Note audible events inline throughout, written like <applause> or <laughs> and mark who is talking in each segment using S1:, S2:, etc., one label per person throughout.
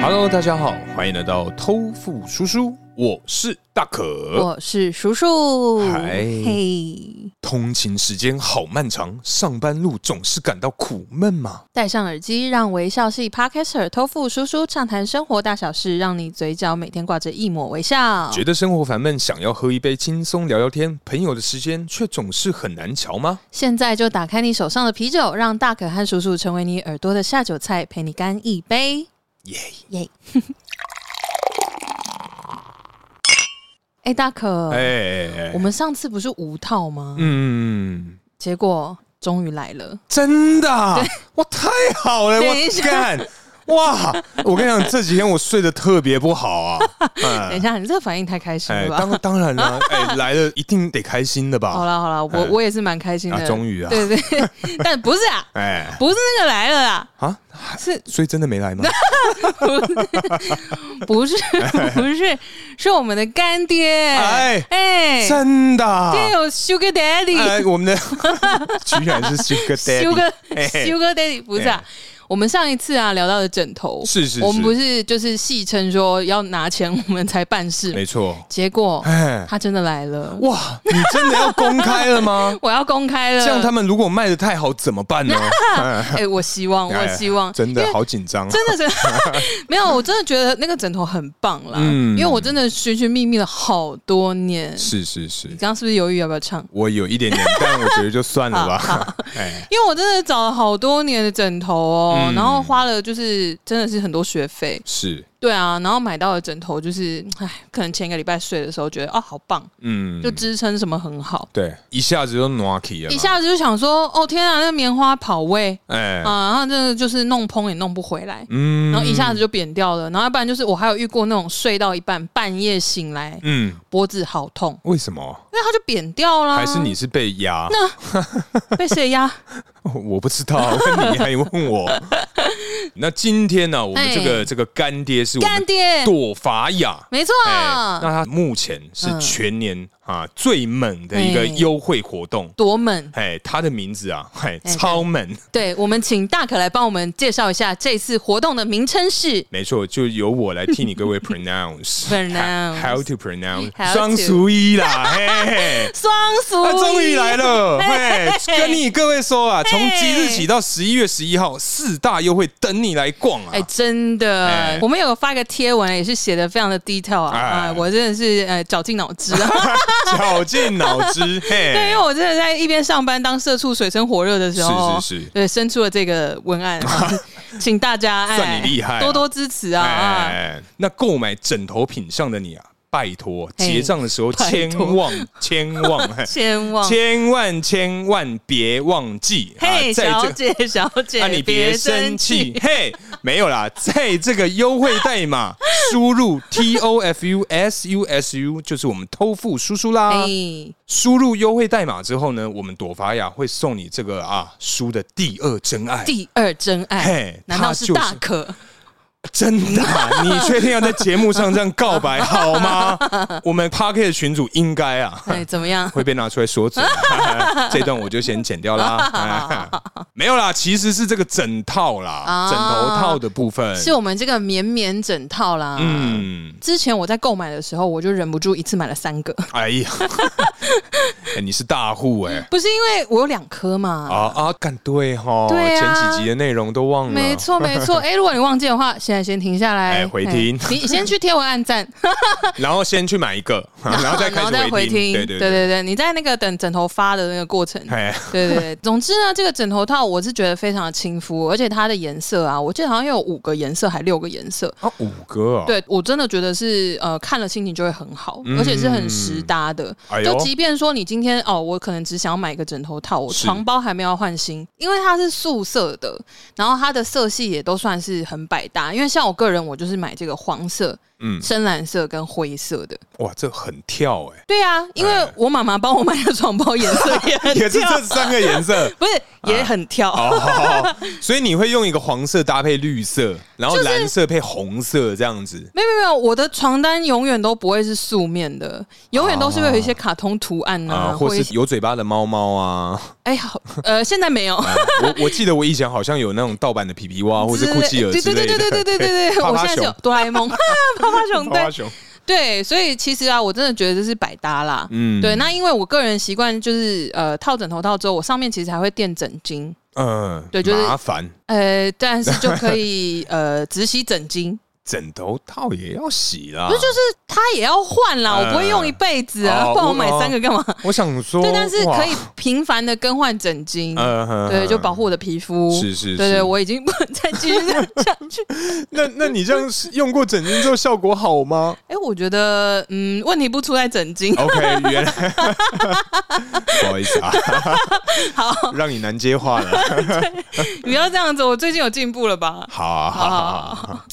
S1: Hello，大家好，欢迎来到偷富叔叔，我是大可。
S2: 我是叔叔，
S1: 嗨
S2: 嘿，
S1: 通勤时间好漫长，上班路总是感到苦闷吗？
S2: 戴上耳机，让微笑系 Podcaster 偷富叔叔畅谈生活大小事，让你嘴角每天挂着一抹微笑。
S1: 觉得生活烦闷，想要喝一杯轻松聊聊天，朋友的时间却总是很难瞧吗？
S2: 现在就打开你手上的啤酒，让大可和叔叔成为你耳朵的下酒菜，陪你干一杯。
S1: 耶、
S2: 耶！哎，大可，
S1: 哎、
S2: 我们上次不是五套吗？
S1: 嗯，
S2: 结果终于来了，
S1: 真的啊，哇，太好了，
S2: 等一
S1: 我
S2: 下
S1: 干！哇，我跟你讲，这几天我睡得特别不好
S2: <laughs>
S1: 啊。
S2: 等
S1: 嗯
S2: 一下，你这个反应太开心
S1: 哎，
S2: 了吧？
S1: 当当然
S2: <laughs>
S1: 了，哎，来了一定得开心的吧？
S2: 好了好了，我
S1: 哎
S2: 我也是蛮开心
S1: 啊
S2: 的，
S1: 终于啊
S2: 对 <laughs> 对，但不是啊，
S1: 哎
S2: 不是那个来了啦，
S1: 啊，
S2: 是 <laughs>
S1: 所以真的没来吗？
S2: 不是不是是我们的干爹，
S1: 哎
S2: 哎哎，
S1: 真的啊？
S2: 对，有 Sugar
S1: 哎
S2: Daddy，Sugar
S1: 我们的 <laughs> 居然
S2: <laughs>
S1: 是 Sugar Daddy，哎
S2: Sugar Daddy 不是啊
S1: 哎。
S2: 我们上一次啊聊到的枕头，
S1: 是是是
S2: 我们不是就是戏称说要拿钱我们才办
S1: 没
S2: 事，
S1: 错。
S2: 结果
S1: 哎，
S2: 他真的来了，？
S1: 哇，你真的要公开了吗
S2: <laughs> 我要公开了，
S1: 这样他们如果卖的太好怎么办
S2: <laughs>
S1: 呢？哎 <laughs>
S2: 哎，我希望我希望
S1: 真
S2: 因
S1: 的
S2: 为
S1: 好紧张。啊
S2: 真的是
S1: <laughs>
S2: 没有，我真的觉得那个枕头很棒啦，
S1: 嗯
S2: 因为我真的寻寻觅觅了好多年。
S1: 是是是
S2: 你，刚刚是不是犹豫要不要唱？
S1: 我有一点点，但我觉得就算了
S2: <laughs>
S1: 吧。 <laughs> 哎，
S2: 因为我真的找了好多年的枕头哦，
S1: 嗯
S2: 然后花了就是真的是很多学费，
S1: 是，
S2: 对啊，然后买到的枕头就是，唉，可能前一个礼拜睡的时候觉得哦好棒，
S1: 嗯
S2: 就支撑什么很好，
S1: 对，一下子就 n o k i 了嘛，
S2: 一下子就想说哦天啊，那棉花跑位
S1: 哎，
S2: 啊，然后真的就是弄蓬也弄不回来，
S1: 嗯
S2: 然后一下子
S1: 就，
S2: 就扁掉了，然后要不然就是我还有遇过那种睡到一半半夜醒来，
S1: 嗯，
S2: 脖子好痛，
S1: 为什么？
S2: 因为它就扁掉啦。
S1: 还是你是被压？
S2: 被
S1: <laughs>
S2: 谁压？
S1: 我不知道，问你还问
S2: <laughs>
S1: 我。那今天呢、我们这个
S2: 哎
S1: 这个干爹是我
S2: 干
S1: 们
S2: 爹，
S1: 朵法雅。
S2: 没错。
S1: 哎，那他目前是
S2: 嗯
S1: 全年啊最猛的一个
S2: 哎
S1: 优惠活动，
S2: 多猛！
S1: 哎，他的名字啊，哎，
S2: 哎
S1: 超猛，
S2: 对我们请大可来帮我们介绍一下这次活动的名称是
S1: 没错，就由我来替你各位 pronounce
S2: <laughs> Pronounce
S1: how to pronounce
S2: How to
S1: 双十一啦，嘿嘿。
S2: 双俗。
S1: 他哎终于来了，嘿，跟你各位说啊，从即日起到十一月十一号，四大优惠等你来逛啊！
S2: 哎，真的，
S1: 哎
S2: 我们有发一个贴文，也是写的非常的 detail 啊，
S1: 哎
S2: 啊我真的是呃绞尽脑汁啊，
S1: <laughs> 绞尽脑汁，
S2: 对，因
S1: 嘿
S2: 为，我真的在一边上班当社畜水深火热的时候，
S1: 是是是
S2: 对，生出了这个文
S1: <laughs>
S2: 案，啊请大家哎
S1: 算你厉害啊
S2: 多多支持啊，啊
S1: 哎，那购买枕头品相的你啊，拜托
S2: 嘿
S1: 结账的时候
S2: 拜托
S1: 千万千万嘿
S2: <laughs> 千万
S1: 千万千万别忘记啊
S2: 嘿，
S1: 在
S2: 小
S1: 这个
S2: 姐，小姐，
S1: 啊，你别生气，。嘿，没有啦，在这个优惠代
S2: <laughs>
S1: 码输入 T O F U S U S U，就是我们偷富叔叔啦。
S2: 哎，
S1: 输入优惠代码之后呢，我们朵法雅会送你这个啊书的第二真爱，
S2: 第二真爱
S1: 嘿，
S2: 难道
S1: 他
S2: 是
S1: 就是
S2: 大可？
S1: <laughs> 真的啊、 <laughs> 你确定要在节目上这样告白好
S2: <laughs>
S1: 吗？我们 p a r k e t 群主应该啊。
S2: 哎，怎么样？
S1: 会被拿出来说
S2: <laughs>
S1: 嘴，这段我就先剪掉啦。没有啦，其实是这个枕套啦，
S2: 啊
S1: 枕头套的部分。
S2: 是我们这个绵绵枕套啦。嗯，
S1: 嗯，
S2: 之前我在购买的时候，我就忍不住一次买了三个， <laughs>
S1: 哎呀，哎你是大户哎、
S2: 不是因为我有两颗嘛？
S1: 啊啊，干对哈，
S2: 对啊
S1: 前几集的内容都忘了，
S2: 没
S1: <laughs>
S2: 错，没错。哎，如果你忘记的话，现在先停下
S1: 嗯
S2: 来，
S1: 哎回听
S2: 哎你先去贴文按赞， <laughs>
S1: 然后先去买一个， <laughs> 然后再开
S2: 然后再
S1: 始
S2: 回
S1: 回
S2: 听，
S1: 听，
S2: 对
S1: 对对
S2: 对对对，你在那个等枕头发的那
S1: <laughs>
S2: 个过程，
S1: 哎，
S2: 对对对，总之呢，这个枕头套我是觉得非常的亲肤，而且它的颜色啊，我记得好像有五个颜色，还六个颜色。
S1: 啊，五个哦，
S2: 对我真的觉得是呃，看了心情就会很好，
S1: 嗯
S2: 而且是很实搭的。
S1: 哎呦
S2: 就即便说你今天哦，我可能只想买个枕头套，我
S1: 是
S2: 床包还没有换新，因为它是素色的，然后它的色系也都算是很百搭。因为像我个人，我就是买这个黄色、
S1: 嗯，
S2: 深蓝色跟灰色的。
S1: 哇，这很跳哎，
S2: 对啊，因为我妈妈帮我买的床包颜色也
S1: <laughs>
S2: 很
S1: 也是
S2: 跳
S1: 这三个颜
S2: <laughs>。
S1: 色
S2: 不是也很跳。
S1: 哦，所以你会用一个黄色搭配绿色，然后蓝色配红色这样子。
S2: 没有没有没有，我的床单永远都不会是素面的，永远都是会有一些卡通图案
S1: 啊、
S2: 啊，
S1: 或
S2: 一
S1: 是
S2: 些
S1: 有嘴巴的猫猫啊，
S2: 哎好
S1: <laughs>
S2: 呃，现在没有。 <laughs>
S1: 我我记得我以前好像有那种盗版的皮皮蛙或是酷气儿
S2: 对
S1: 之类
S2: 对对
S1: 的，
S2: 对对对对
S1: <laughs>
S2: 对，
S1: 趴
S2: 我
S1: 趴
S2: 现在是有
S1: 熊，
S2: 哆啦 A
S1: <laughs>
S2: 梦， <laughs> 趴趴熊，
S1: 趴
S2: 对
S1: 趴熊，
S2: 对，所以其实啊，我真的觉得这是百搭啦。
S1: 嗯
S2: 对，那因为我个人习惯就是呃套枕头套之后，我上面其实还会垫枕巾，
S1: 嗯，
S2: 对就是
S1: 麻烦，
S2: 呃，但是就可
S1: <laughs>
S2: 以呃只洗枕巾，
S1: 枕头套也要洗啦。
S2: 不是就是它也要换啦，我不会用一辈子啊，
S1: 哎哦
S2: 不然我买三个干嘛？
S1: 我想说，
S2: 对，但是
S1: 哇
S2: 可以，频繁的更换枕巾，
S1: 呃
S2: 对，就保护我的皮肤。
S1: 是是
S2: 对
S1: 是
S2: 对，我已经不能再继续这样下去。
S1: 嗯那那你这样用过枕巾之后效果好吗
S2: 哎，我觉得，嗯，问题不出在枕巾。
S1: ？OK，原来不好意思啊，好，让你难接话了。
S2: <laughs> 不要这样子，我最近有进步了吧？
S1: 好啊好啊好啊，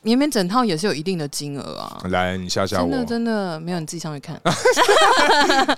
S2: 绵绵枕套也是有一定的金额啊。
S1: 来你吓吓
S2: 真的
S1: 我，哦
S2: 真的没有，你自己上去看。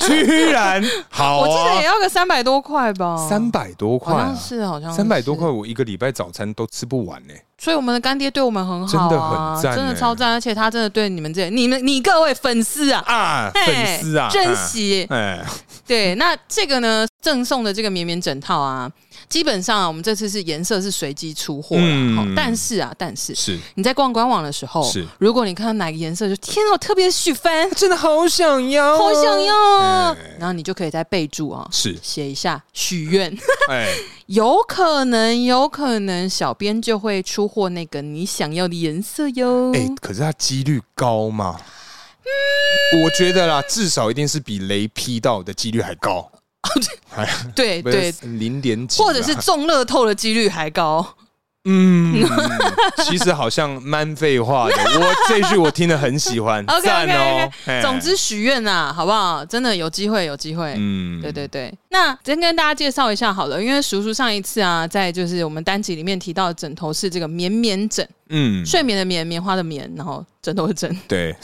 S1: 居然
S2: <laughs>
S1: 好
S2: 我记得也
S1: 啊，
S2: 要个三百多块吧，
S1: 三百多块
S2: 好
S1: 啊
S2: 像。是好像是
S1: 三百多块，，我一个礼拜早餐都吃不完呢、
S2: 所以我们的干爹对我们很好啊，
S1: 真的很赞
S2: 真的
S1: 欸
S2: 超赞，而且他真的对你们这你们你各位粉丝啊，
S1: 啊，
S2: 嘿
S1: 粉丝啊，
S2: 珍惜
S1: 哎、
S2: 对，那这个呢，赠送的这个绵绵枕套啊，基本上啊，我们这次是颜色是随机出货啦、
S1: 嗯
S2: 好但是啊，但是
S1: 是
S2: 你在逛官网的时候，
S1: 是
S2: 如果你看到哪个颜色就天啊，我特别喜欢，
S1: <laughs> 真的好想要
S2: 好想要啊，
S1: 哎
S2: 然后你就可以在备注啊， <laughs>
S1: 是
S2: 写一下许愿， <laughs>
S1: 哎、
S2: 有可能，有可能，小编就会出货那个你想要的颜色哟。
S1: 哎、可是它几率高吗？
S2: 嗯
S1: 我觉得啦，至少一定是比雷劈到的几率还高，
S2: 对
S1: 不
S2: 对
S1: 是，零点几啊，
S2: 或者是中乐透的几率还高。
S1: 嗯，其实好像蛮废话的。我这句我听得很喜
S2: <laughs>
S1: 欢，
S2: OK
S1: 赞
S2: OK
S1: 哦
S2: OK，
S1: 哎
S2: 总之许愿啊，好不好？真的有机会，有机会。
S1: 嗯
S2: 对对对，那先跟大家介绍一下好了，因为叔叔上一次啊，在就是我们单集里面提到的枕头是这个棉棉枕，
S1: 嗯，
S2: 睡眠的棉，棉花的棉，然后枕头
S1: <laughs>
S2: 的枕。
S1: 对，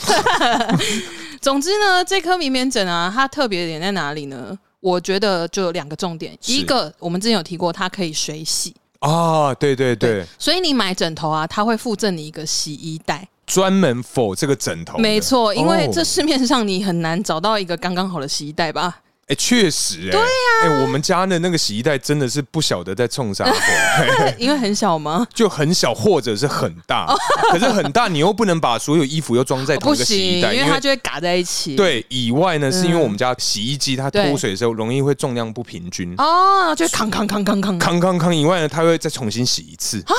S2: 总之呢，这颗棉棉枕啊，它特别点在哪里呢？我觉得就有两个重点，
S1: 是
S2: 一个我们之前有提过，它可以水洗，
S1: 啊，对对对，
S2: 所以你买枕头啊，它会附赠你一个洗衣袋，
S1: 专门否这个枕头的，
S2: 没错，因为这
S1: 哦
S2: 市面上你很难找到一个刚刚好的洗衣
S1: <laughs>
S2: 袋吧？
S1: 哎，确实，哎，对呀，哎，我们家的那个洗衣袋真的是不晓得在冲
S2: <laughs>
S1: 啥货，嘿
S2: 因为很小吗？
S1: 就很小或者是很大，可是很大你又不能把所有衣服又装在同
S2: 哦不
S1: 一个洗
S2: 行，
S1: 衣
S2: 因
S1: 袋，
S2: 为它就会嘎在一起。。
S1: 对，以外呢，是因为
S2: 嗯
S1: 我们家洗衣机它
S2: 对
S1: 脱水的时候容易会重量不平均，
S2: 哦，就会扛扛扛扛扛扛，
S1: 康康康以外呢，它会再重新洗一次。
S2: 啊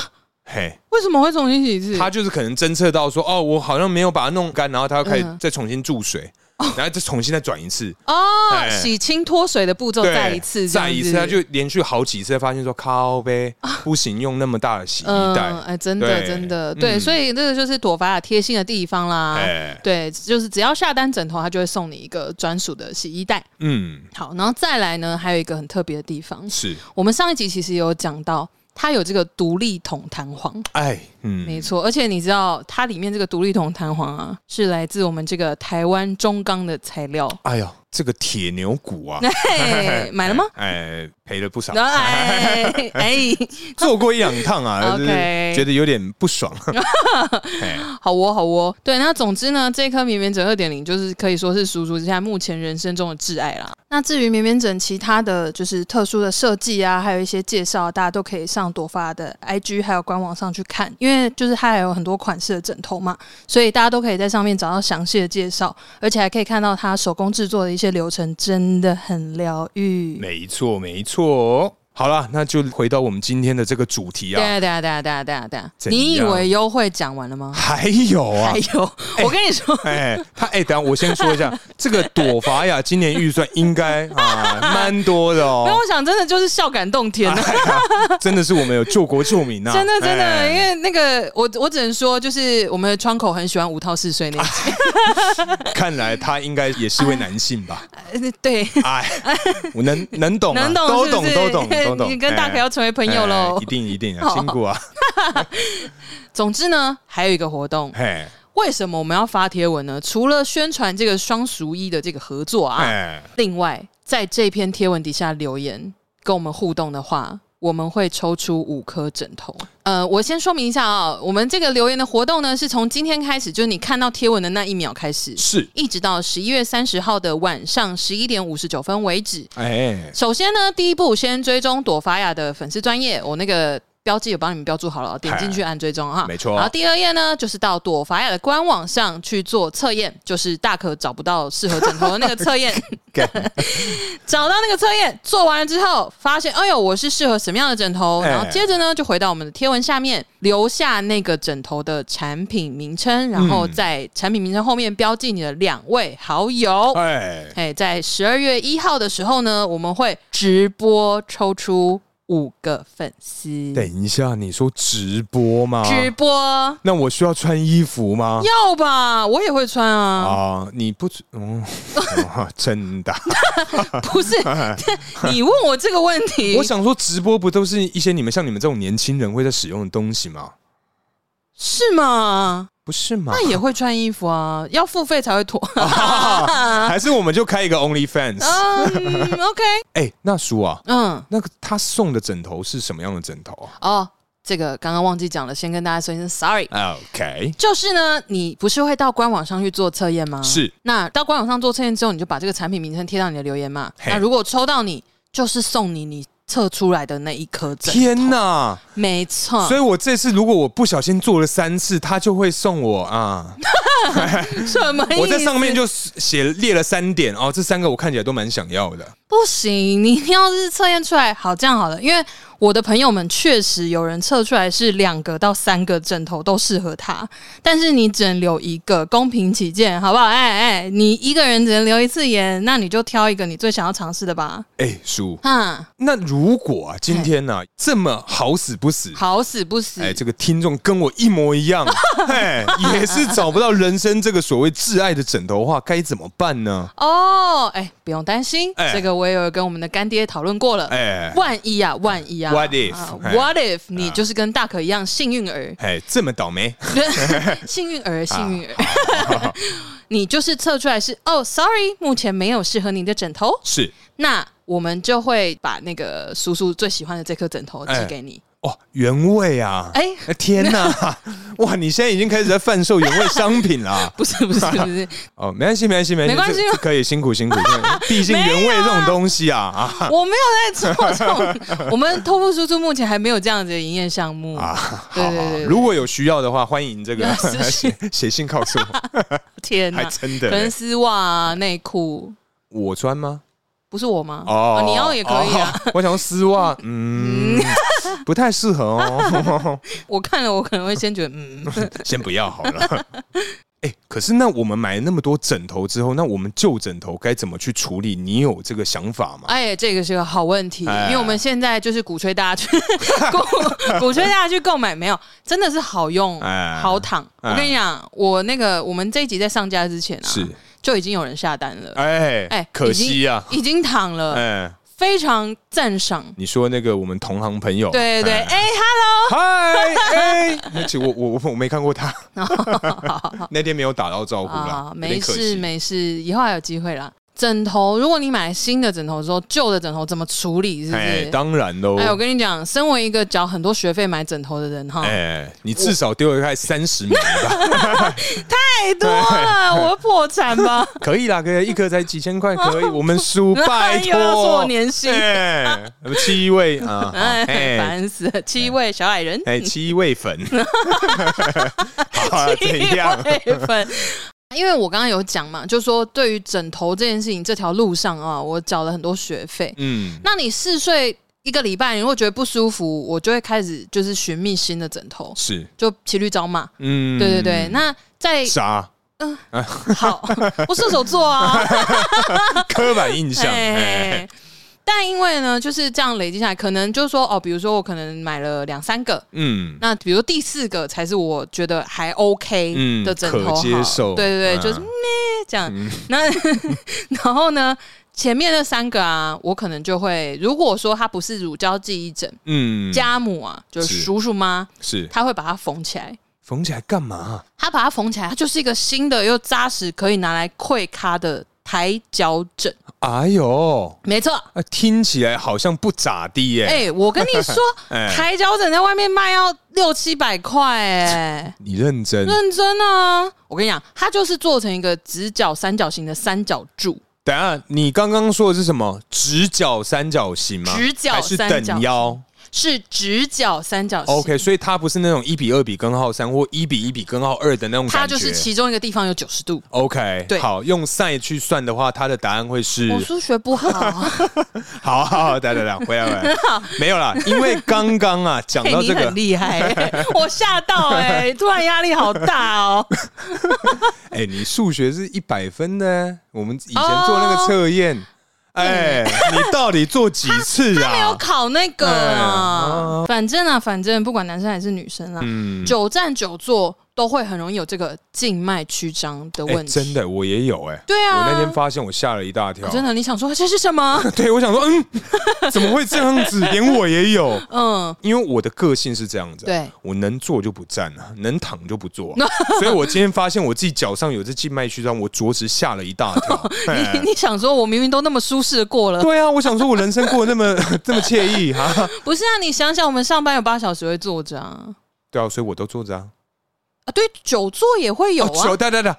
S1: 嘿，
S2: 为什么会重新洗一次？
S1: 它就是可能侦测到说，哦，我好像没有把它弄干，然后它又开始
S2: 嗯
S1: 再重新注水，然后再重新再转一次，
S2: 哦，
S1: 哎
S2: 洗清脱水的步骤
S1: 对
S2: 再一次，这样
S1: 再
S2: 子啊
S1: 一次，它就连续好几次发现说，靠呗，不行，用那么大的洗衣袋
S2: 嗯，，哎，真的
S1: 对
S2: 真的
S1: 嗯
S2: 对，所以这个就是朵法雅贴心的地方啦。
S1: 哎，
S2: 对，就是只要下单枕头，它就会送你一个专属的洗衣袋。
S1: 嗯，
S2: 好，然后再来呢，还有一个很特别的地方，
S1: 是，
S2: 我们上一集其实也有讲到，它有这个独立筒弹簧，
S1: 哎，嗯，
S2: 没错。而且你知道，它里面这个独立筒弹簧啊，是来自我们这个台湾中钢的材料。
S1: 哎呀，这个铁牛骨啊， <laughs>
S2: 嘿，买了吗？
S1: 哎，赔了不少，
S2: 然后哎哎，
S1: <laughs> 做过一两趟
S2: <laughs>
S1: 啊，就是
S2: OK
S1: 觉得有点不
S2: <laughs>
S1: 爽。哎
S2: 好哦，好哦。对，那总之呢，这颗绵绵枕二点零就是可以说是叔叔现在目前人生中的挚爱啦。那至于绵绵枕其他的就是特殊的设计啊，还有一些介绍，大家都可以上朵发的 IG 还有官网上去看，因为就是它还有很多款式的枕头嘛，所以大家都可以在上面找到详细的介绍，而且还可以看到它手工制作的一些流程，真的很疗愈。
S1: 没错，没错。好了，那就回到我们今天的这个主题
S2: 对
S1: 啊，
S2: 啊，对啊，对啊，对啊，对啊，对啊！
S1: 怎
S2: 你以
S1: 样
S2: 为优惠讲完
S1: <laughs>
S2: 了吗？
S1: 还有啊
S2: 还，有，我跟你说，
S1: 哎，他哎，等一下我先说一
S2: <laughs>
S1: 下，这个朵法雅今年预算应该啊蛮多的
S2: <laughs> 因为
S1: 哦
S2: 我，想真的就是笑感动天 <laughs> 啊！
S1: 哎呀真的是我们有救国救民呐，
S2: 真的真的，因
S1: 哎
S2: 为那个我我只能说，就是我们的窗口很喜欢五套四岁那一集，
S1: 看来他应该也是位男性
S2: <laughs>
S1: 吧？
S2: 呃对，
S1: 哎，我能能懂啊，
S2: 能懂
S1: 都
S2: 是不
S1: 懂
S2: 是
S1: 都懂都懂，
S2: 你跟大可
S1: 哎
S2: 要成为朋友喽
S1: 哎一。定一定啊，
S2: 好
S1: 辛
S2: <laughs>
S1: 苦啊，
S2: 总之呢，还有一个活动，
S1: 嘿，
S2: 为什么我们要发贴文呢？除了宣传这个双熟一的这个合作啊，
S1: 哎，
S2: 另外在这篇贴文底下留言跟我们互动的话。我们会抽出五颗枕头。呃，我先说明一下啊、我们这个留言的活动呢，是从今天开始，就是你看到贴文的那一秒开始，
S1: 是，
S2: 一直到十一月三十号的晚上十一点五十九分为止。
S1: 哎，
S2: 首先呢，第一步先追踪朵法雅的粉丝专业，我那个标记也帮你们标注好了，点进去按追踪哈。
S1: 没错
S2: 然后第二页呢，就是到朵法雅的官网上去做测验，就是大可找不到适合枕头的那个
S1: <laughs>
S2: 测验
S1: 干，
S2: <laughs> 找到那个测验，做完了之后发现，哎呦，我是适合什么样的枕头？
S1: 哎
S2: 然后接着呢，就回到我们的贴文下面，留下那个枕头的产品名称，然后
S1: 嗯
S2: 在产品名称后面标记你的两位好友。
S1: 哎，
S2: 哎，在十二月一号的时候呢，我们会直播抽出五个粉丝。，
S1: 等一下，你说直播吗？
S2: 嗯直播
S1: 那我需要穿衣服吗？
S2: 要吧？我也会穿啊，
S1: 啊，你不只
S2: <laughs>
S1: 嗯，哇真的啊，<laughs>
S2: 不是？你问我这个问题，
S1: 我想说直播不都是一些你们像你们这种年轻人会在使用的东西吗？
S2: 是吗？
S1: 不是吗？
S2: 那也会穿衣服啊，要付费才会脱。
S1: <laughs> 啊还是我们就开一个
S2: 啊
S1: OnlyFans？
S2: 嗯，OK，
S1: 哎，那叔啊，
S2: 嗯，
S1: 那个他送的枕头是什么样的枕头啊
S2: 哦，这个刚刚忘记讲了，先跟大家说一声 sorry。
S1: 啊？OK，
S2: 就是呢，你不是会到官网上去做测验吗？
S1: 是
S2: 那到官网上做测验之后，你就把这个产品名称贴到你的留言嘛。
S1: 嘿
S2: 那如果抽到你，就是送你你测出来的那一颗枕。啊
S1: 天哪！
S2: 没错
S1: 所，以我这次如果我不小心做了三次，他就会送我啊。
S2: 什么意思？
S1: 我在上面就写列了三点哦，这三个我看起来都蛮想要的。
S2: 不行，你一定要是测验出来。好，这样好了，因为我的朋友们确实有人测出来是两个到三个枕头都适合他，但是你只能留一个，公平起见，好不好？哎哎，你一个人只能留一次言，那你就挑一个你最想要尝试的吧。
S1: 哎，叔，
S2: 哈，
S1: 那如果啊，今天呢、这么好死不死，
S2: 哎好死不死，
S1: 哎，这个听众跟我一模一
S2: <laughs>
S1: 样，哎，也是找不到人生这个所谓挚爱的枕头的话，该怎么办呢？
S2: 哦，哎，不用担心，
S1: 哎
S2: 这个我也有跟我们的干爹讨论过了。
S1: 哎
S2: 万一啊，万一啊
S1: What if？
S2: 啊
S1: 哎，
S2: What if 你就是跟大可一样幸运儿
S1: 哎，这么倒霉，哎
S2: 幸运
S1: 啊
S2: 儿，幸运儿， <laughs> 你就是测出来是哦，sorry，目前没有适合你的枕头，
S1: 是
S2: 那我们就会把那个叔叔最喜欢的这颗枕头寄给你。
S1: 哦，原味啊，
S2: 哎
S1: 哎，天
S2: <laughs>
S1: 哪，哇，你现在已经开始在贩售原味商品啦。
S2: 不是不是不
S1: <laughs>
S2: 是，
S1: 哦，没关系，没关系，没
S2: 没关系
S1: 这
S2: 吗
S1: 这可以辛苦辛苦，辛苦毕
S2: <laughs>
S1: 竟原味这种东西啊 <laughs> 啊
S2: 我没有在做这种，我们托付叔叔目前还没有这样子的营业项目
S1: 啊，
S2: 对
S1: 好
S2: 对
S1: 好
S2: 对对
S1: 如果有需要的话，欢迎这个
S2: <laughs> 是是
S1: 写写信告诉我，
S2: 天哪
S1: 还，真的
S2: 可能
S1: 嘞，
S2: 丝袜啊、内裤，
S1: 我穿吗？
S2: 不是我吗？
S1: 哦
S2: 啊，你要也可以啊。
S1: <laughs> 哦我想说丝袜，嗯，不太适合哦，
S2: 我看了，我可能会先觉得，嗯，
S1: <laughs>
S2: <laughs>
S1: 先不要好了。 <laughs> 哎，可是那我们买了那么多枕头之后，那我们旧枕头该怎么去处理？你有这个想法吗？
S2: 哎，这个是个好问题，
S1: 哎
S2: 因为我们现在就是鼓吹大家去 <laughs> 鼓鼓吹大家去购买，没有，真的是好用
S1: 哎，
S2: 好躺。
S1: 哎
S2: 我跟你讲，我那个我们这一集在上架之前啊，
S1: 是，
S2: 就已经有人下单了，
S1: 哎
S2: 哎，
S1: 可惜呀，
S2: 已经躺了，
S1: 哎，
S2: 非常赞赏。
S1: 你说那个我们同行朋友，
S2: 对对对，
S1: 哎
S2: 哎，Hello，
S1: 嗨，哎，而且我我我我没看过
S2: <laughs>
S1: 他， <laughs> 那天没有打到招呼啦
S2: 啊，，
S1: 有点
S2: 哦没
S1: 可
S2: 事
S1: 惜。
S2: 没事，以后还有机会啦。枕头，如果你买新的枕头之后，旧的枕头怎么处理？是不
S1: 哎，
S2: 是？
S1: 当然喽
S2: 哎，，我跟你讲，身为一个缴很多学费买枕头的人哈，
S1: 哎，你至少丢了快三十米吧，
S2: <laughs> 太
S1: <laughs>
S2: 多了，哎我会破产吧？
S1: 可以啦，可以，一颗才几千块，
S2: <laughs>
S1: 可以，我们输，拜
S2: 又哎要说
S1: 托
S2: 我，年薪，
S1: 哎，七位啊，好
S2: <laughs> <laughs> 哎，
S1: 哎
S2: 烦死了！七位小矮人，
S1: 哎，七位
S2: <laughs>
S1: 粉，好啊，
S2: 七
S1: 怎样？
S2: 位粉。 <laughs> 因为我刚刚有讲嘛，就说对于枕头这件事情，这条路上啊，我缴了很多学费。
S1: 嗯，
S2: 那你嗜睡一个礼拜，如果觉得不舒服，我就会开始就是寻觅新的枕头，
S1: 是，
S2: 就骑驴找马。
S1: 嗯
S2: 对对对，那
S1: <laughs>
S2: 在
S1: 啥
S2: 好，我射手座啊，
S1: 刻板印象？哎，
S2: <laughs> 哎，但因为呢，就是这样累积下来，可能就是说哦，比如说我可能买了两三个，
S1: 嗯，
S2: 那比如第四个才是我觉得还 OK
S1: 嗯
S2: 的枕头好，
S1: 可接受
S2: 对对对，
S1: 嗯
S2: 就是咩这样。那 <laughs> 然后呢，前面那三个啊，我可能就会，如果说它不是乳胶记忆枕，
S1: 嗯，
S2: 家母啊，就是
S1: 是
S2: 叔叔妈，
S1: 是
S2: 她会把它缝起来。
S1: 缝起来干嘛？
S2: 她把它缝起来，它就是一个新的又扎实，可以拿来溃咖的抬脚枕。
S1: 哎呦，
S2: 没错，
S1: 啊，听起来好像不咋地耶。
S2: 哎、我跟你说，
S1: <laughs> 哎
S2: 抬脚枕在外面卖要六七百
S1: <laughs>
S2: 块，哎，
S1: 你认真，
S2: 认真啊！我跟你讲，它就是做成一个直角三角形的三角柱，
S1: 等一下你刚刚说的是什么？直角三角形吗？
S2: 直角
S1: 还是
S2: 三角形
S1: 等腰
S2: 是直角三角形。
S1: ？OK，所以它不是那种一比二比根号三或一比一比根号二的那种感觉。
S2: 它就是其中一个地方有九十度。
S1: OK，
S2: 对
S1: 好，用 sin 去算的话，它的答案会是
S2: 我数学
S1: <laughs>
S2: 不好，
S1: 好好好，等等等，回来回
S2: <laughs>
S1: 来，没有啦，因为刚刚啊讲
S2: 嘿
S1: 到
S2: 你
S1: 这个
S2: 很，厉害、
S1: <laughs>
S2: 我吓到哎、突然压力好大 <laughs> 哦。
S1: 哎、你数学是一百分呢，我们以前做那个测
S2: <laughs>
S1: 验，哎、你到底做几次
S2: 没有
S1: 啊？
S2: 考那个
S1: 哎
S2: 啊
S1: 啊，
S2: 反正啊，反正不管男生还是女生啦，
S1: 嗯，
S2: 久站久坐都会很容易有这个静脉曲张的
S1: 哎、
S2: 问题。
S1: 真的，我也有哎、
S2: 对啊
S1: 我那天发现我吓了一大跳，
S2: 真的，你想说这是什
S1: <laughs>
S2: 么？
S1: 对我想说，嗯， <laughs> 怎么会这样子？连我也有，
S2: 嗯，
S1: 因为我的个性是这啊样子、
S2: 对，
S1: 我能坐就不站啊，能躺就不坐
S2: <laughs>
S1: 啊、所以我今天发现我自己脚上有这静脉曲张，我着实吓了一大跳。哎
S2: <laughs> 你你想说，我明明都那么舒适地过
S1: <laughs>
S2: 了，
S1: 对啊，我想说，我人生过得那么 <laughs> 这么惬意哈、啊，
S2: 不是啊？你想想，我们上班有八小时会坐着啊，
S1: 对啊，所以我都坐着啊。
S2: 啊，对，久坐也会有
S1: 哦久
S2: 啊，
S1: 对对对，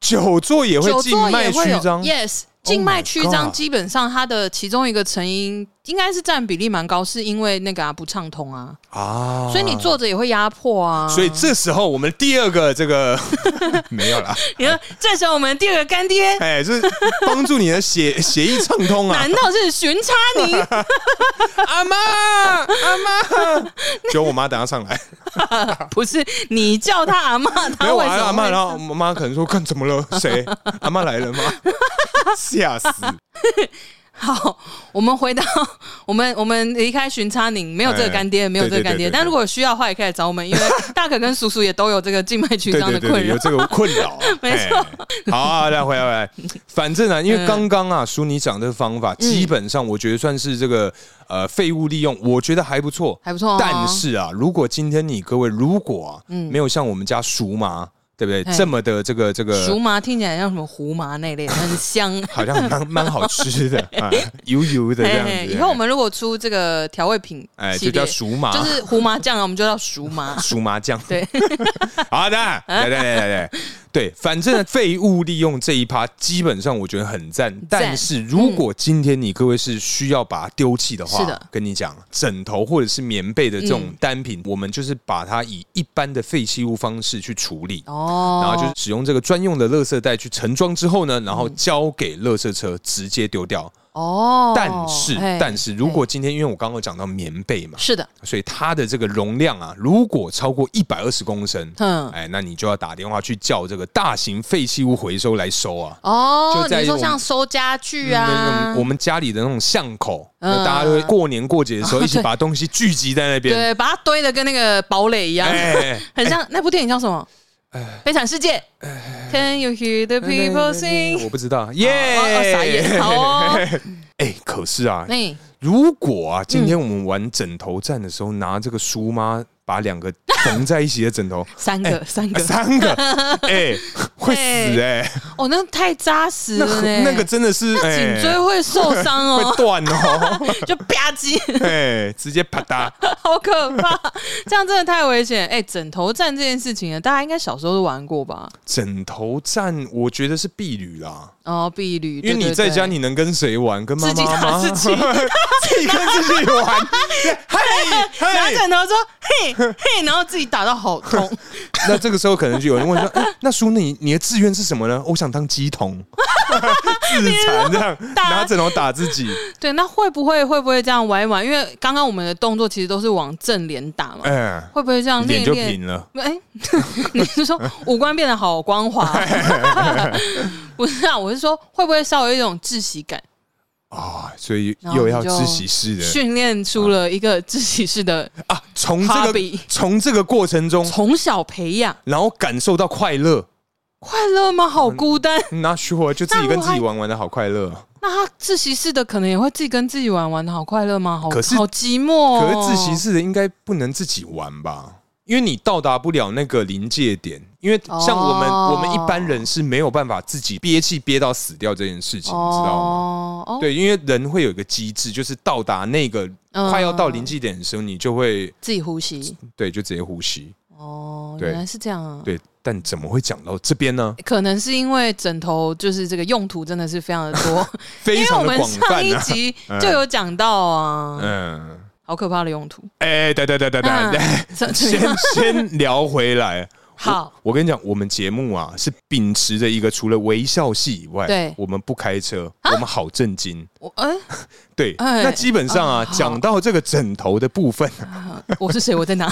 S1: 久坐也会
S2: 久
S1: 静
S2: 坐
S1: 脉
S2: 也会
S1: 曲
S2: 有
S1: 张。Oh
S2: ，yes。静脉曲张
S1: God
S2: 基本上它的其中一个成因应该是占比例蛮高，是因为那个啊不畅通啊，
S1: 啊
S2: 所以你，坐着也会压迫啊。
S1: 所以这时候我们第二个这个 <laughs> 没有啦，
S2: 你看，这时候我们第二个干爹
S1: 哎，这是帮助你的血血液畅通啊
S2: 难，道是巡
S1: <laughs>
S2: 查你？
S1: 阿妈阿 <laughs> 妈，就我妈等下上
S2: <laughs>
S1: 来，
S2: 不是你叫他阿妈，
S1: <laughs> 没
S2: 他
S1: 有我
S2: 为
S1: 阿
S2: 什
S1: 阿妈，
S2: 么
S1: 然
S2: 会？
S1: 后我妈可能说看怎么了，
S2: <laughs>
S1: 谁阿妈来了吗？吓死！
S2: 好，我们回到 <laughs> 我们我们离开巡查您，没有这个干爹，
S1: 哎
S2: 没有这个干
S1: 对对
S2: 爹。
S1: 对对
S2: 但如果有需要的话，也可以来找我们，因为大可跟叔叔也都有这个静脉曲
S1: 对
S2: 张
S1: 对
S2: 的
S1: 对
S2: 困
S1: 对，
S2: 扰
S1: 有。这个困扰啊，
S2: <laughs> 没错嗯
S1: 嘿。好啊，来回来回来，反正啊，因为刚刚啊，叔你讲这个方法，基本上我觉得算是这个呃废物利用，我觉得还不错，
S2: 还不错哦
S1: 但是啊，如果今天你各位如果啊，
S2: 嗯
S1: 没有像我们家叔麻，对不对
S2: 嘿？
S1: 这么的这个这
S2: 熟
S1: 个。
S2: 麻听起来像什么胡麻那类，很
S1: <laughs>
S2: 香。
S1: 好像蛮蛮好吃的，啊，油油的这样
S2: 嘿
S1: 子。
S2: 哎以后我们如果出这个调味品
S1: 哎，
S2: 系
S1: 就
S2: 列，
S1: 叫熟麻，。
S2: 就是胡麻酱啊，我们就叫熟麻
S1: <laughs> 熟麻酱。
S2: 对，
S1: 好的，来来来来来，对，反正废物利用这一趴，基本上我觉得很赞。但是如果今天你各位是需要把它丢弃的话，
S2: 是的
S1: 跟你讲，枕头或者是棉被的这种
S2: 嗯
S1: 单品，我们就是把它以一般的废弃物方式去处理。
S2: 哦，
S1: 然后就是使用这个专用的垃圾袋去盛装之后呢，然后交给垃圾车直接丢掉。
S2: 哦，
S1: 但是，
S2: 嘿
S1: 但是如果今天因为我刚刚有讲到棉被嘛，
S2: 是的，
S1: 所以它的这个容量啊，如果超过一百二十公升，
S2: 嗯
S1: 哎，那你就要打电话去叫这个大型废弃物回收来收啊。
S2: 哦，
S1: 就在
S2: 你说
S1: 我们
S2: 像收家具啊，
S1: 那种我们家里的那种巷口，
S2: 嗯
S1: 那大家都会过年过节的时候一起把东西聚集在那边。
S2: 对，把它堆的跟那个堡垒一样，
S1: 哎，
S2: 很像、那部电影叫什么？悲惨世界。Can you hear the people
S1: 哎
S2: sing？
S1: 我不知道，
S2: 哦哦
S1: 哎
S2: 傻眼
S1: 耶！
S2: 好哦。
S1: <laughs> 哎，可是啊，
S2: 那，
S1: 如果啊，今天我们玩枕头战的时候，拿这个书妈把两个缝在一起的枕头
S2: 三
S1: 哎
S2: 个，三个，
S1: 三
S2: <laughs>
S1: 个，哎，会死哎，
S2: 哦，那太扎实
S1: 那
S2: 了呢。
S1: 那个真的是哎
S2: 颈椎会受伤
S1: <laughs> 会
S2: 哦，
S1: 断哦，
S2: <laughs> 就吧唧， <laughs>
S1: 哎，直接啪嗒。
S2: 好可怕！这样真的太危险。哎，枕头战这件事情啊，大家应该小时候都玩过吧？
S1: 枕头战，我觉得是避旅啦，
S2: 哦，避旅，
S1: 因为你
S2: 对
S1: 在家，。
S2: 对对
S1: 你能跟谁玩？跟妈
S2: 自己
S1: 妈
S2: 打
S1: 吗？
S2: 自己
S1: <laughs> 自己跟自己
S2: <laughs>
S1: 玩，嘿，
S2: 拿
S1: 嘿。
S2: 枕头说嘿嘿，然后自己打到好
S1: <laughs>
S2: 痛， <laughs>
S1: 那这个时候可能就有人问说：“哎，那叔，你你的志愿是什么呢？”我想当鸡童。自残这样，
S2: 打
S1: 拿枕头打自己。
S2: 对，那会不会会不会这样玩一玩？因为刚刚我们的动作其实都是往正脸打嘛，
S1: 嗯，
S2: 会不会这样
S1: 脸
S2: 练一
S1: 就
S2: 练？
S1: 平了。
S2: 哎、 <laughs> 你是说五官变得好
S1: <laughs>
S2: 光滑？不是啊，我是说会不会稍微有一种窒息感？
S1: 啊，所以
S2: 然后
S1: 又
S2: 你
S1: 要
S2: 就
S1: 知喜事的
S2: 训练出了一个窒息式的，
S1: 啊，从这个
S2: hobby
S1: 从这个过程中，
S2: 从小培养
S1: 然后感受到快乐。嗯
S2: 快乐吗？好
S1: <laughs>
S2: 孤单。
S1: 那徐活就自己
S2: 那
S1: 跟
S2: 我
S1: 自己
S2: 还
S1: 玩玩的好快乐啊。
S2: 那他自习室的可能也会自己跟自己玩玩的好快乐吗？好，
S1: 可是
S2: 好寂寞、哦。
S1: 可是自习室的应该不能自己玩吧？因为你到达不了那个临界点，因为像我们、
S2: 哦
S1: 我们一般人是没有办法自己憋气憋到死掉这件事情，你知道吗？
S2: 哦哦，
S1: 对，因为人会有一个机制，就是到达那个
S2: 嗯
S1: 快要到临界点的时候，你就会
S2: 自己呼吸。
S1: 对，就直接呼吸。
S2: 哦，
S1: 对
S2: 原来是这样啊。
S1: 对，但怎么会讲到这边呢？
S2: 可能是因为枕头就是这个用途真的是非常的多，
S1: <laughs>
S2: 因
S1: 非
S2: 为
S1: 常
S2: 我
S1: 的
S2: 们
S1: 广
S2: 上
S1: 泛
S2: 一
S1: 啊。 <laughs>
S2: 集就有讲到啊，
S1: 嗯，
S2: 好可怕的用途。
S1: 哎、对对对对对，
S2: 嗯怎怎
S1: <laughs> 先
S2: 么样
S1: 先聊回来。
S2: <laughs> 好，
S1: 我跟你讲，我们节目啊是秉持着一个除了微笑戏以外，
S2: 对
S1: 我们不开车，我们好震惊。
S2: 我哎、
S1: 对，
S2: 哎
S1: 那基本上啊
S2: 啊，好
S1: 讲到这个枕头的部分，啊
S2: <laughs> 我是谁？我
S1: <laughs>
S2: 在哪？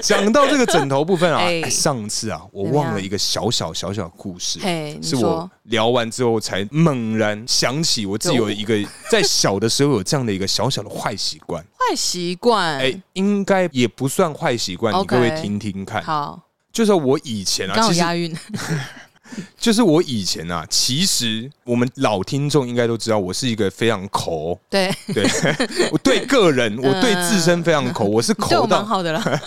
S1: 讲到这个枕头部分啊，
S2: 哎
S1: 哎上次啊，我
S2: 怎么样
S1: 忘了一个小小小小的故事。
S2: 嘿，你
S1: 是我
S2: 说
S1: 聊完之后才猛然想起，我自己有一个 <laughs> 在小的时候有这样的一个小小的坏习惯，
S2: 坏习惯。
S1: 哎，应该也不算坏习惯，你
S2: OK
S1: 各位听听看。
S2: 好，
S1: 就是我以前啊，
S2: 刚好
S1: 其实
S2: 押韵。 <laughs>
S1: 就是我以前啊，其实我们老听众应该都知道，我是一个非常抠，
S2: 对，
S1: 对 <laughs> 我对个人，我对自身非常抠，我是
S2: 你嗯对我
S1: 抠
S2: 蛮
S1: 到，
S2: 好的啦。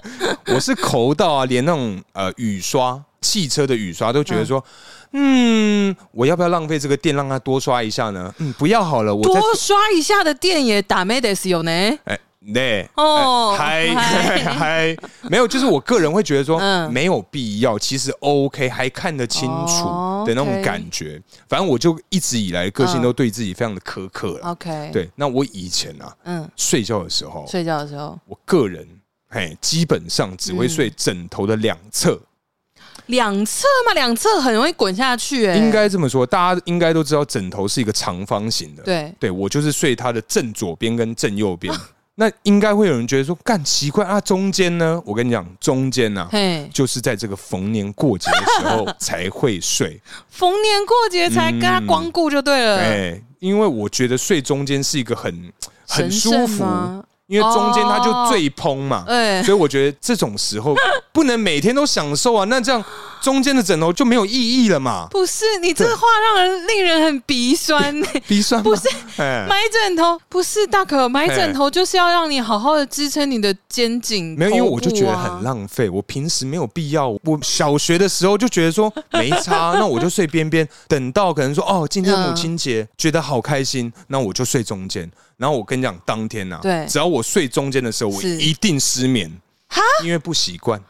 S1: 我是抠到啊，连那种呃雨刷、汽车的雨刷都觉得说，嗯，我要不要浪费这个电让它多刷一下呢？嗯，不要好了，我再
S2: 多刷一下的电也打 m e d e s 有呢。
S1: 哎。对，
S2: 哦
S1: 哦，嗨
S2: 嗨
S1: <laughs> 嗨，没有，就是我个人会觉得说
S2: 嗯
S1: 没有必要，其实 OK，还看得清楚
S2: 哦
S1: 的那种
S2: OK
S1: 感觉。反正我就一直以来个性都对自己非常的苛刻了。
S2: OK，，
S1: 对，那我以前啊，
S2: 嗯，
S1: 睡觉的时候，
S2: 睡觉的时候
S1: 我个人嘿，基本上只
S2: 嗯
S1: 会睡枕头的两侧。
S2: 两侧嘛，两侧很容易滚下去、哎，
S1: 应该这么说，大家应该都知道，枕头是一个长方形的。，
S2: 对。
S1: 对我就是睡它的正左边跟正右边。那应该会有人觉得说，干奇怪啊，中间呢？我跟你讲，中间呢、啊，
S2: 嘿，
S1: 就是在这个逢年过节的时
S2: <laughs>
S1: 候才会睡。
S2: 逢年过节才跟他光顾就对了，
S1: 嗯哎，因为我觉得睡中间是一个很很舒
S2: 神
S1: 服
S2: 圣，吗？哦
S1: 因为中间它就最蓬嘛。<laughs>
S2: 哎、
S1: 所以我觉得这种时候不能每天都享受啊，那这样中间的枕头就没有意义了嘛。
S2: 不是你这话让人令人很鼻
S1: <laughs>
S2: 酸、呢。
S1: 鼻酸
S2: 不是
S1: 哎，
S2: <laughs> 买枕头不是大可，买枕头就是要让你好好的支撑你的肩颈、
S1: 没有，因为我就
S2: 头
S1: 觉
S2: 部啊
S1: 得很。浪费，我平时没有必要。我小学的时候就觉得说没差， <laughs> 那我就睡边边，等到可能说哦，今天母亲节觉得好开心，那我就睡中间。然后我跟你讲，当天呐、
S2: 对
S1: 只要我睡中间的时候，我
S2: 是
S1: 一定失眠。因为不习惯，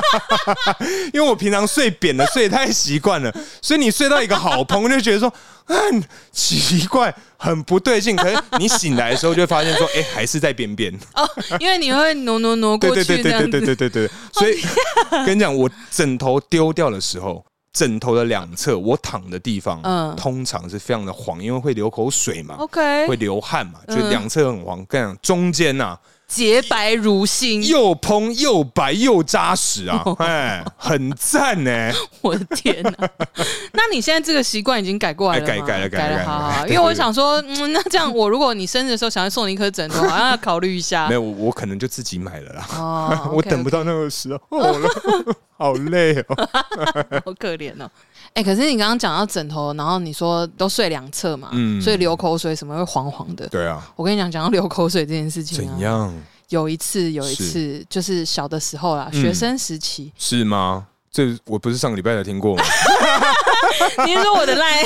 S1: <laughs> 因为我平常睡扁了，睡太习惯了，所以你睡到一个好棚就觉得说，嗯，奇怪，很不对劲。可是你醒来的时候就会发现说，哎、还是在边边。
S2: 哦因为你会挪挪挪
S1: 对
S2: 过
S1: 对
S2: 去
S1: 对
S2: 这
S1: 对
S2: 样
S1: 对
S2: 子。哦
S1: 对对对对，所以 <laughs> 跟你讲，我枕头丢掉的时候，枕头的两侧我躺的地方，
S2: 嗯
S1: 通常是非常的黄，因为会流口水嘛，
S2: OK，
S1: 会流汗嘛，就
S2: 嗯
S1: 两侧很黄。跟你讲，中间呐、
S2: 洁白如新，
S1: 又蓬又白又扎实啊，
S2: 哦
S1: 哎，很赞呢、
S2: <laughs> 我的天哪、
S1: <laughs>
S2: 那你现在这个习惯已经改过来了吗？
S1: 哎改改了改了
S2: 改
S1: 改了
S2: 好好好。
S1: 对
S2: 因为我想说，嗯，那这样我如果你生日的时候想要送你一颗枕头，好
S1: <laughs>
S2: 像要考虑一下
S1: 没。有，我我可能就自己买了啦。
S2: 哦
S1: <laughs> 我等不
S2: 到，
S1: 到那个时候了， <laughs> 好累
S2: <laughs>
S1: 哦。
S2: 好可怜哦。哎、可是你刚刚讲到枕头，然后你说都睡两侧嘛，
S1: 嗯
S2: 所以流口水什么会黄黄的。
S1: 对啊，
S2: 我跟你讲，讲到流口水这件事情、啊，
S1: 怎样。
S2: 有一次，有一次，就是小的时候啦，学生时期
S1: 嗯是吗？这我不是上个礼拜才听过吗？
S2: 你是说我的赖？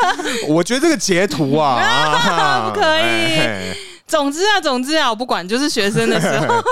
S2: <laughs>
S1: 我觉得这个截图啊，啊
S2: <laughs> 不可以
S1: 哎
S2: 总之啊，总之啊，我不管，就是
S1: <laughs>
S2: 学生的时候，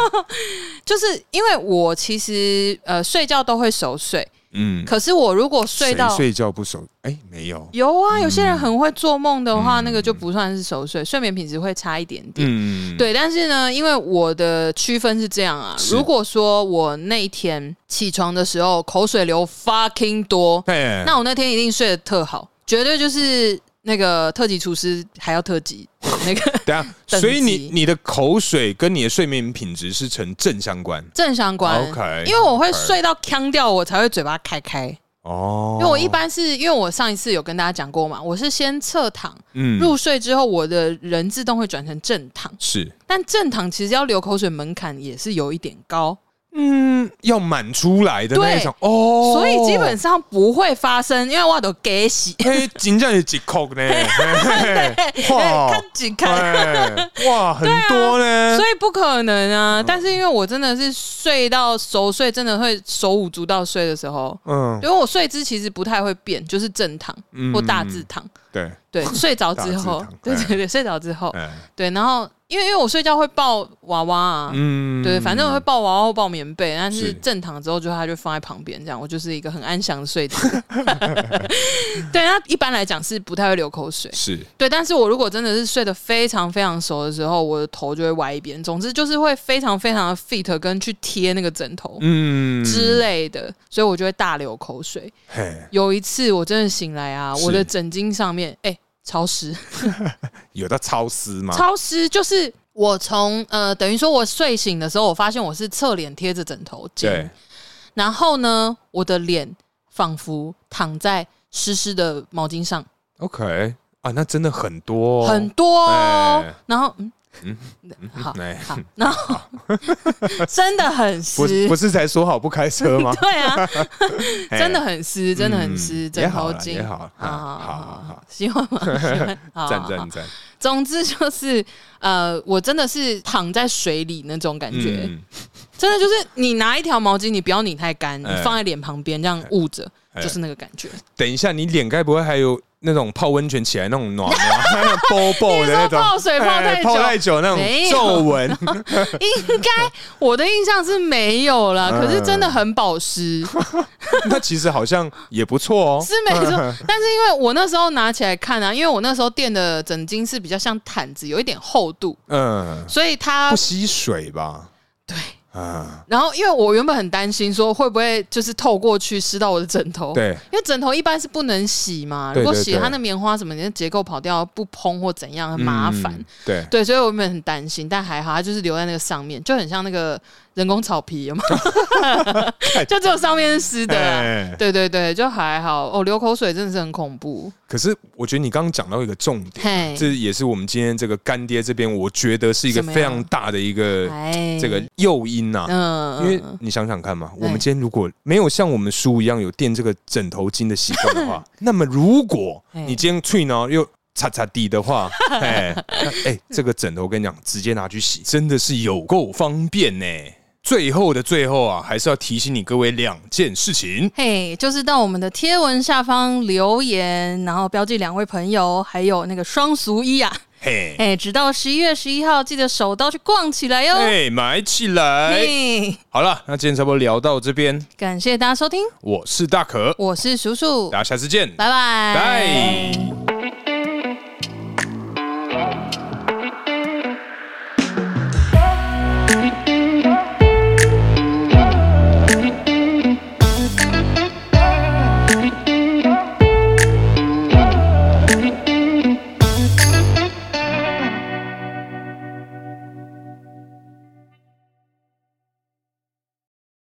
S2: 就是因为我其实呃睡觉都会熟睡，
S1: 嗯，
S2: 可是我如果睡
S1: 谁
S2: 到
S1: 睡觉不熟？哎、没有，
S2: 有啊，有些人
S1: 嗯
S2: 很会做梦的话，
S1: 嗯
S2: 那个就不算是熟睡，睡眠品质会差一点点。
S1: 嗯，
S2: 对，但是呢，因为我的区分是这样啊，
S1: 是
S2: 如果说我那一天起床的时候口水流 fucking 多，
S1: 哎，
S2: 那我那天一定睡得特好，绝对就是那个特级厨师还要特级那
S1: <laughs>
S2: 个
S1: 等一下，
S2: 等级
S1: 所以你你的口水跟你的睡眠品质是呈正相关。
S2: 正相关。
S1: OK，
S2: 因为我会
S1: OK
S2: 睡到腔掉，我才会嘴巴开开。
S1: 哦，
S2: 因为我一般是因为我上一次有跟大家讲过嘛，我是先侧躺
S1: 嗯
S2: 入睡之后，我的人自动会转成正躺。
S1: 是
S2: 但正躺其实要流口水门槛也是有一点高，
S1: 嗯要满出来的那一种哦，。
S2: 所以基本上不会发生，因为我都给洗
S1: 嘿，真正是几口
S2: <laughs>
S1: 呢，嘿嘿嘿哇
S2: 看几看，
S1: 哎哇很多呢，
S2: 所以不可能
S1: 嗯
S2: 啊！但是因为我真的是睡到熟睡，真的会手舞足蹈睡的时候，
S1: 嗯
S2: 因为我睡姿其实不太会变，就是正躺
S1: 嗯
S2: 或大字躺。
S1: 对，
S2: 对，睡着之后
S1: 大字躺，
S2: <laughs> 对
S1: 哎
S2: 对对，睡着之后，
S1: 哎
S2: 对，然后因为因为我睡觉会抱娃娃啊，
S1: 嗯
S2: 对，反正我会抱娃娃或抱棉被，但
S1: 是
S2: 是正躺之后就它就放在旁边，这样我就是一个很安详的睡姿。 <laughs> 对，那一般来讲是不太会流口水。
S1: 是
S2: 对，但是我如果真的是睡得非常非常熟的时候，我的头就会歪一边，总之就是会非常非常的 fit 跟去贴那个枕头。
S1: 嗯
S2: 之类的，所以我就会大流口水。
S1: 嘿
S2: 有一次我真的醒来啊，
S1: 是
S2: 我的枕巾上面哎、潮湿，
S1: 有到超丝吗？
S2: 超湿就是我从呃，等于说我睡醒的时候，我发现我是侧脸贴着枕头
S1: 对
S2: 巾，，然后呢，我的脸仿佛躺在湿湿的毛巾上，
S1: OK 啊，那真的很多哦，
S2: 很多、哦
S1: 哎
S2: 然后嗯
S1: 嗯
S2: 好
S1: 哎
S2: 好，然后真的很
S1: <laughs> 不
S2: 湿？
S1: 不。是才说好不开车吗
S2: 对啊，
S1: 嘿
S2: <laughs> 真的很湿，真的很湿，
S1: 嗯
S2: 枕头巾
S1: 也好啦也好啦
S2: 好
S1: 好
S2: 好
S1: 好好，
S2: 喜欢吗？喜
S1: <laughs>
S2: 欢，啊好
S1: 赞。
S2: 好好
S1: 赞赞，
S2: 总之就是，呃，我真的是躺在水里那种感觉，
S1: 嗯，
S2: 真的就是你拿一条毛巾，你不要拧太干，你
S1: 哎
S2: 放在脸旁边这样捂着，
S1: 哎
S2: 就是那个感觉。
S1: 等一下，你脸该不会还有那种泡温泉起来那种暖
S2: <laughs>
S1: 暖波波的那
S2: 你说
S1: 种？
S2: 泡水泡太久
S1: 哎泡太久那
S2: 没
S1: 种
S2: 有
S1: 皱纹， <laughs>
S2: 应该我的印象是没有啦，
S1: <laughs> 嗯
S2: 可是真的很保湿，
S1: 那其实好像也不错哦
S2: <laughs> 是。没
S1: <laughs>
S2: 错。但是因为我那时候拿起来看啊，因为我那时候垫的枕巾是比较像毯子，有一点厚度，
S1: 嗯，
S2: 所以它
S1: 不吸水吧？
S2: 对。
S1: 啊，
S2: 然后因为我原本很担心说会不会就是透过去湿到我的枕头，
S1: 对，
S2: 因为枕头一般是不能洗嘛，
S1: 对
S2: 如果
S1: 对
S2: 洗
S1: 对
S2: 它那棉花什么，你的结构跑掉不蓬或怎样，很麻烦。
S1: 嗯。对，
S2: 对，所以我原本很担心，但还好，它就是留在那个上面，就很像那个人工草皮，有吗？
S1: <laughs>
S2: 就只有上面是湿的啦。
S1: 哎
S2: 对啊对对，就还好。哦，流口水真的是很恐怖。
S1: 可是我觉得你刚刚讲到一个重点，
S2: 嘿，
S1: 这也是我们今天这个干爹这边，我觉得是一个
S2: 怎么样
S1: 非常大的一个
S2: 哎
S1: 这个诱因呐、
S2: 嗯，
S1: 因为你想想看嘛，
S2: 对
S1: 我们今天如果没有像我们叔一样有垫这个枕头巾的习惯的
S2: <laughs>
S1: 话，那么如果
S2: 哎
S1: 你今天去呢又擦擦地的
S2: <laughs>
S1: 话，哎那哎，这个枕头我跟你讲，直接拿去洗，真的是有够方便呢。最后的最后啊，还是要提醒你各位两件事情。
S2: 嘿就是到我们的贴文下方留言，然后标记两位朋友，还有那个双俗一啊，
S1: 嘿，
S2: 哎，直到十一月十一号，记得手刀去逛起来哟。
S1: 哎，买起来。
S2: 嘿
S1: 好了，那今天差不多聊到这边，
S2: 感谢大家收听，
S1: 我是大可，
S2: 我是叔叔，
S1: 大家下次见，
S2: 拜拜，
S1: 拜。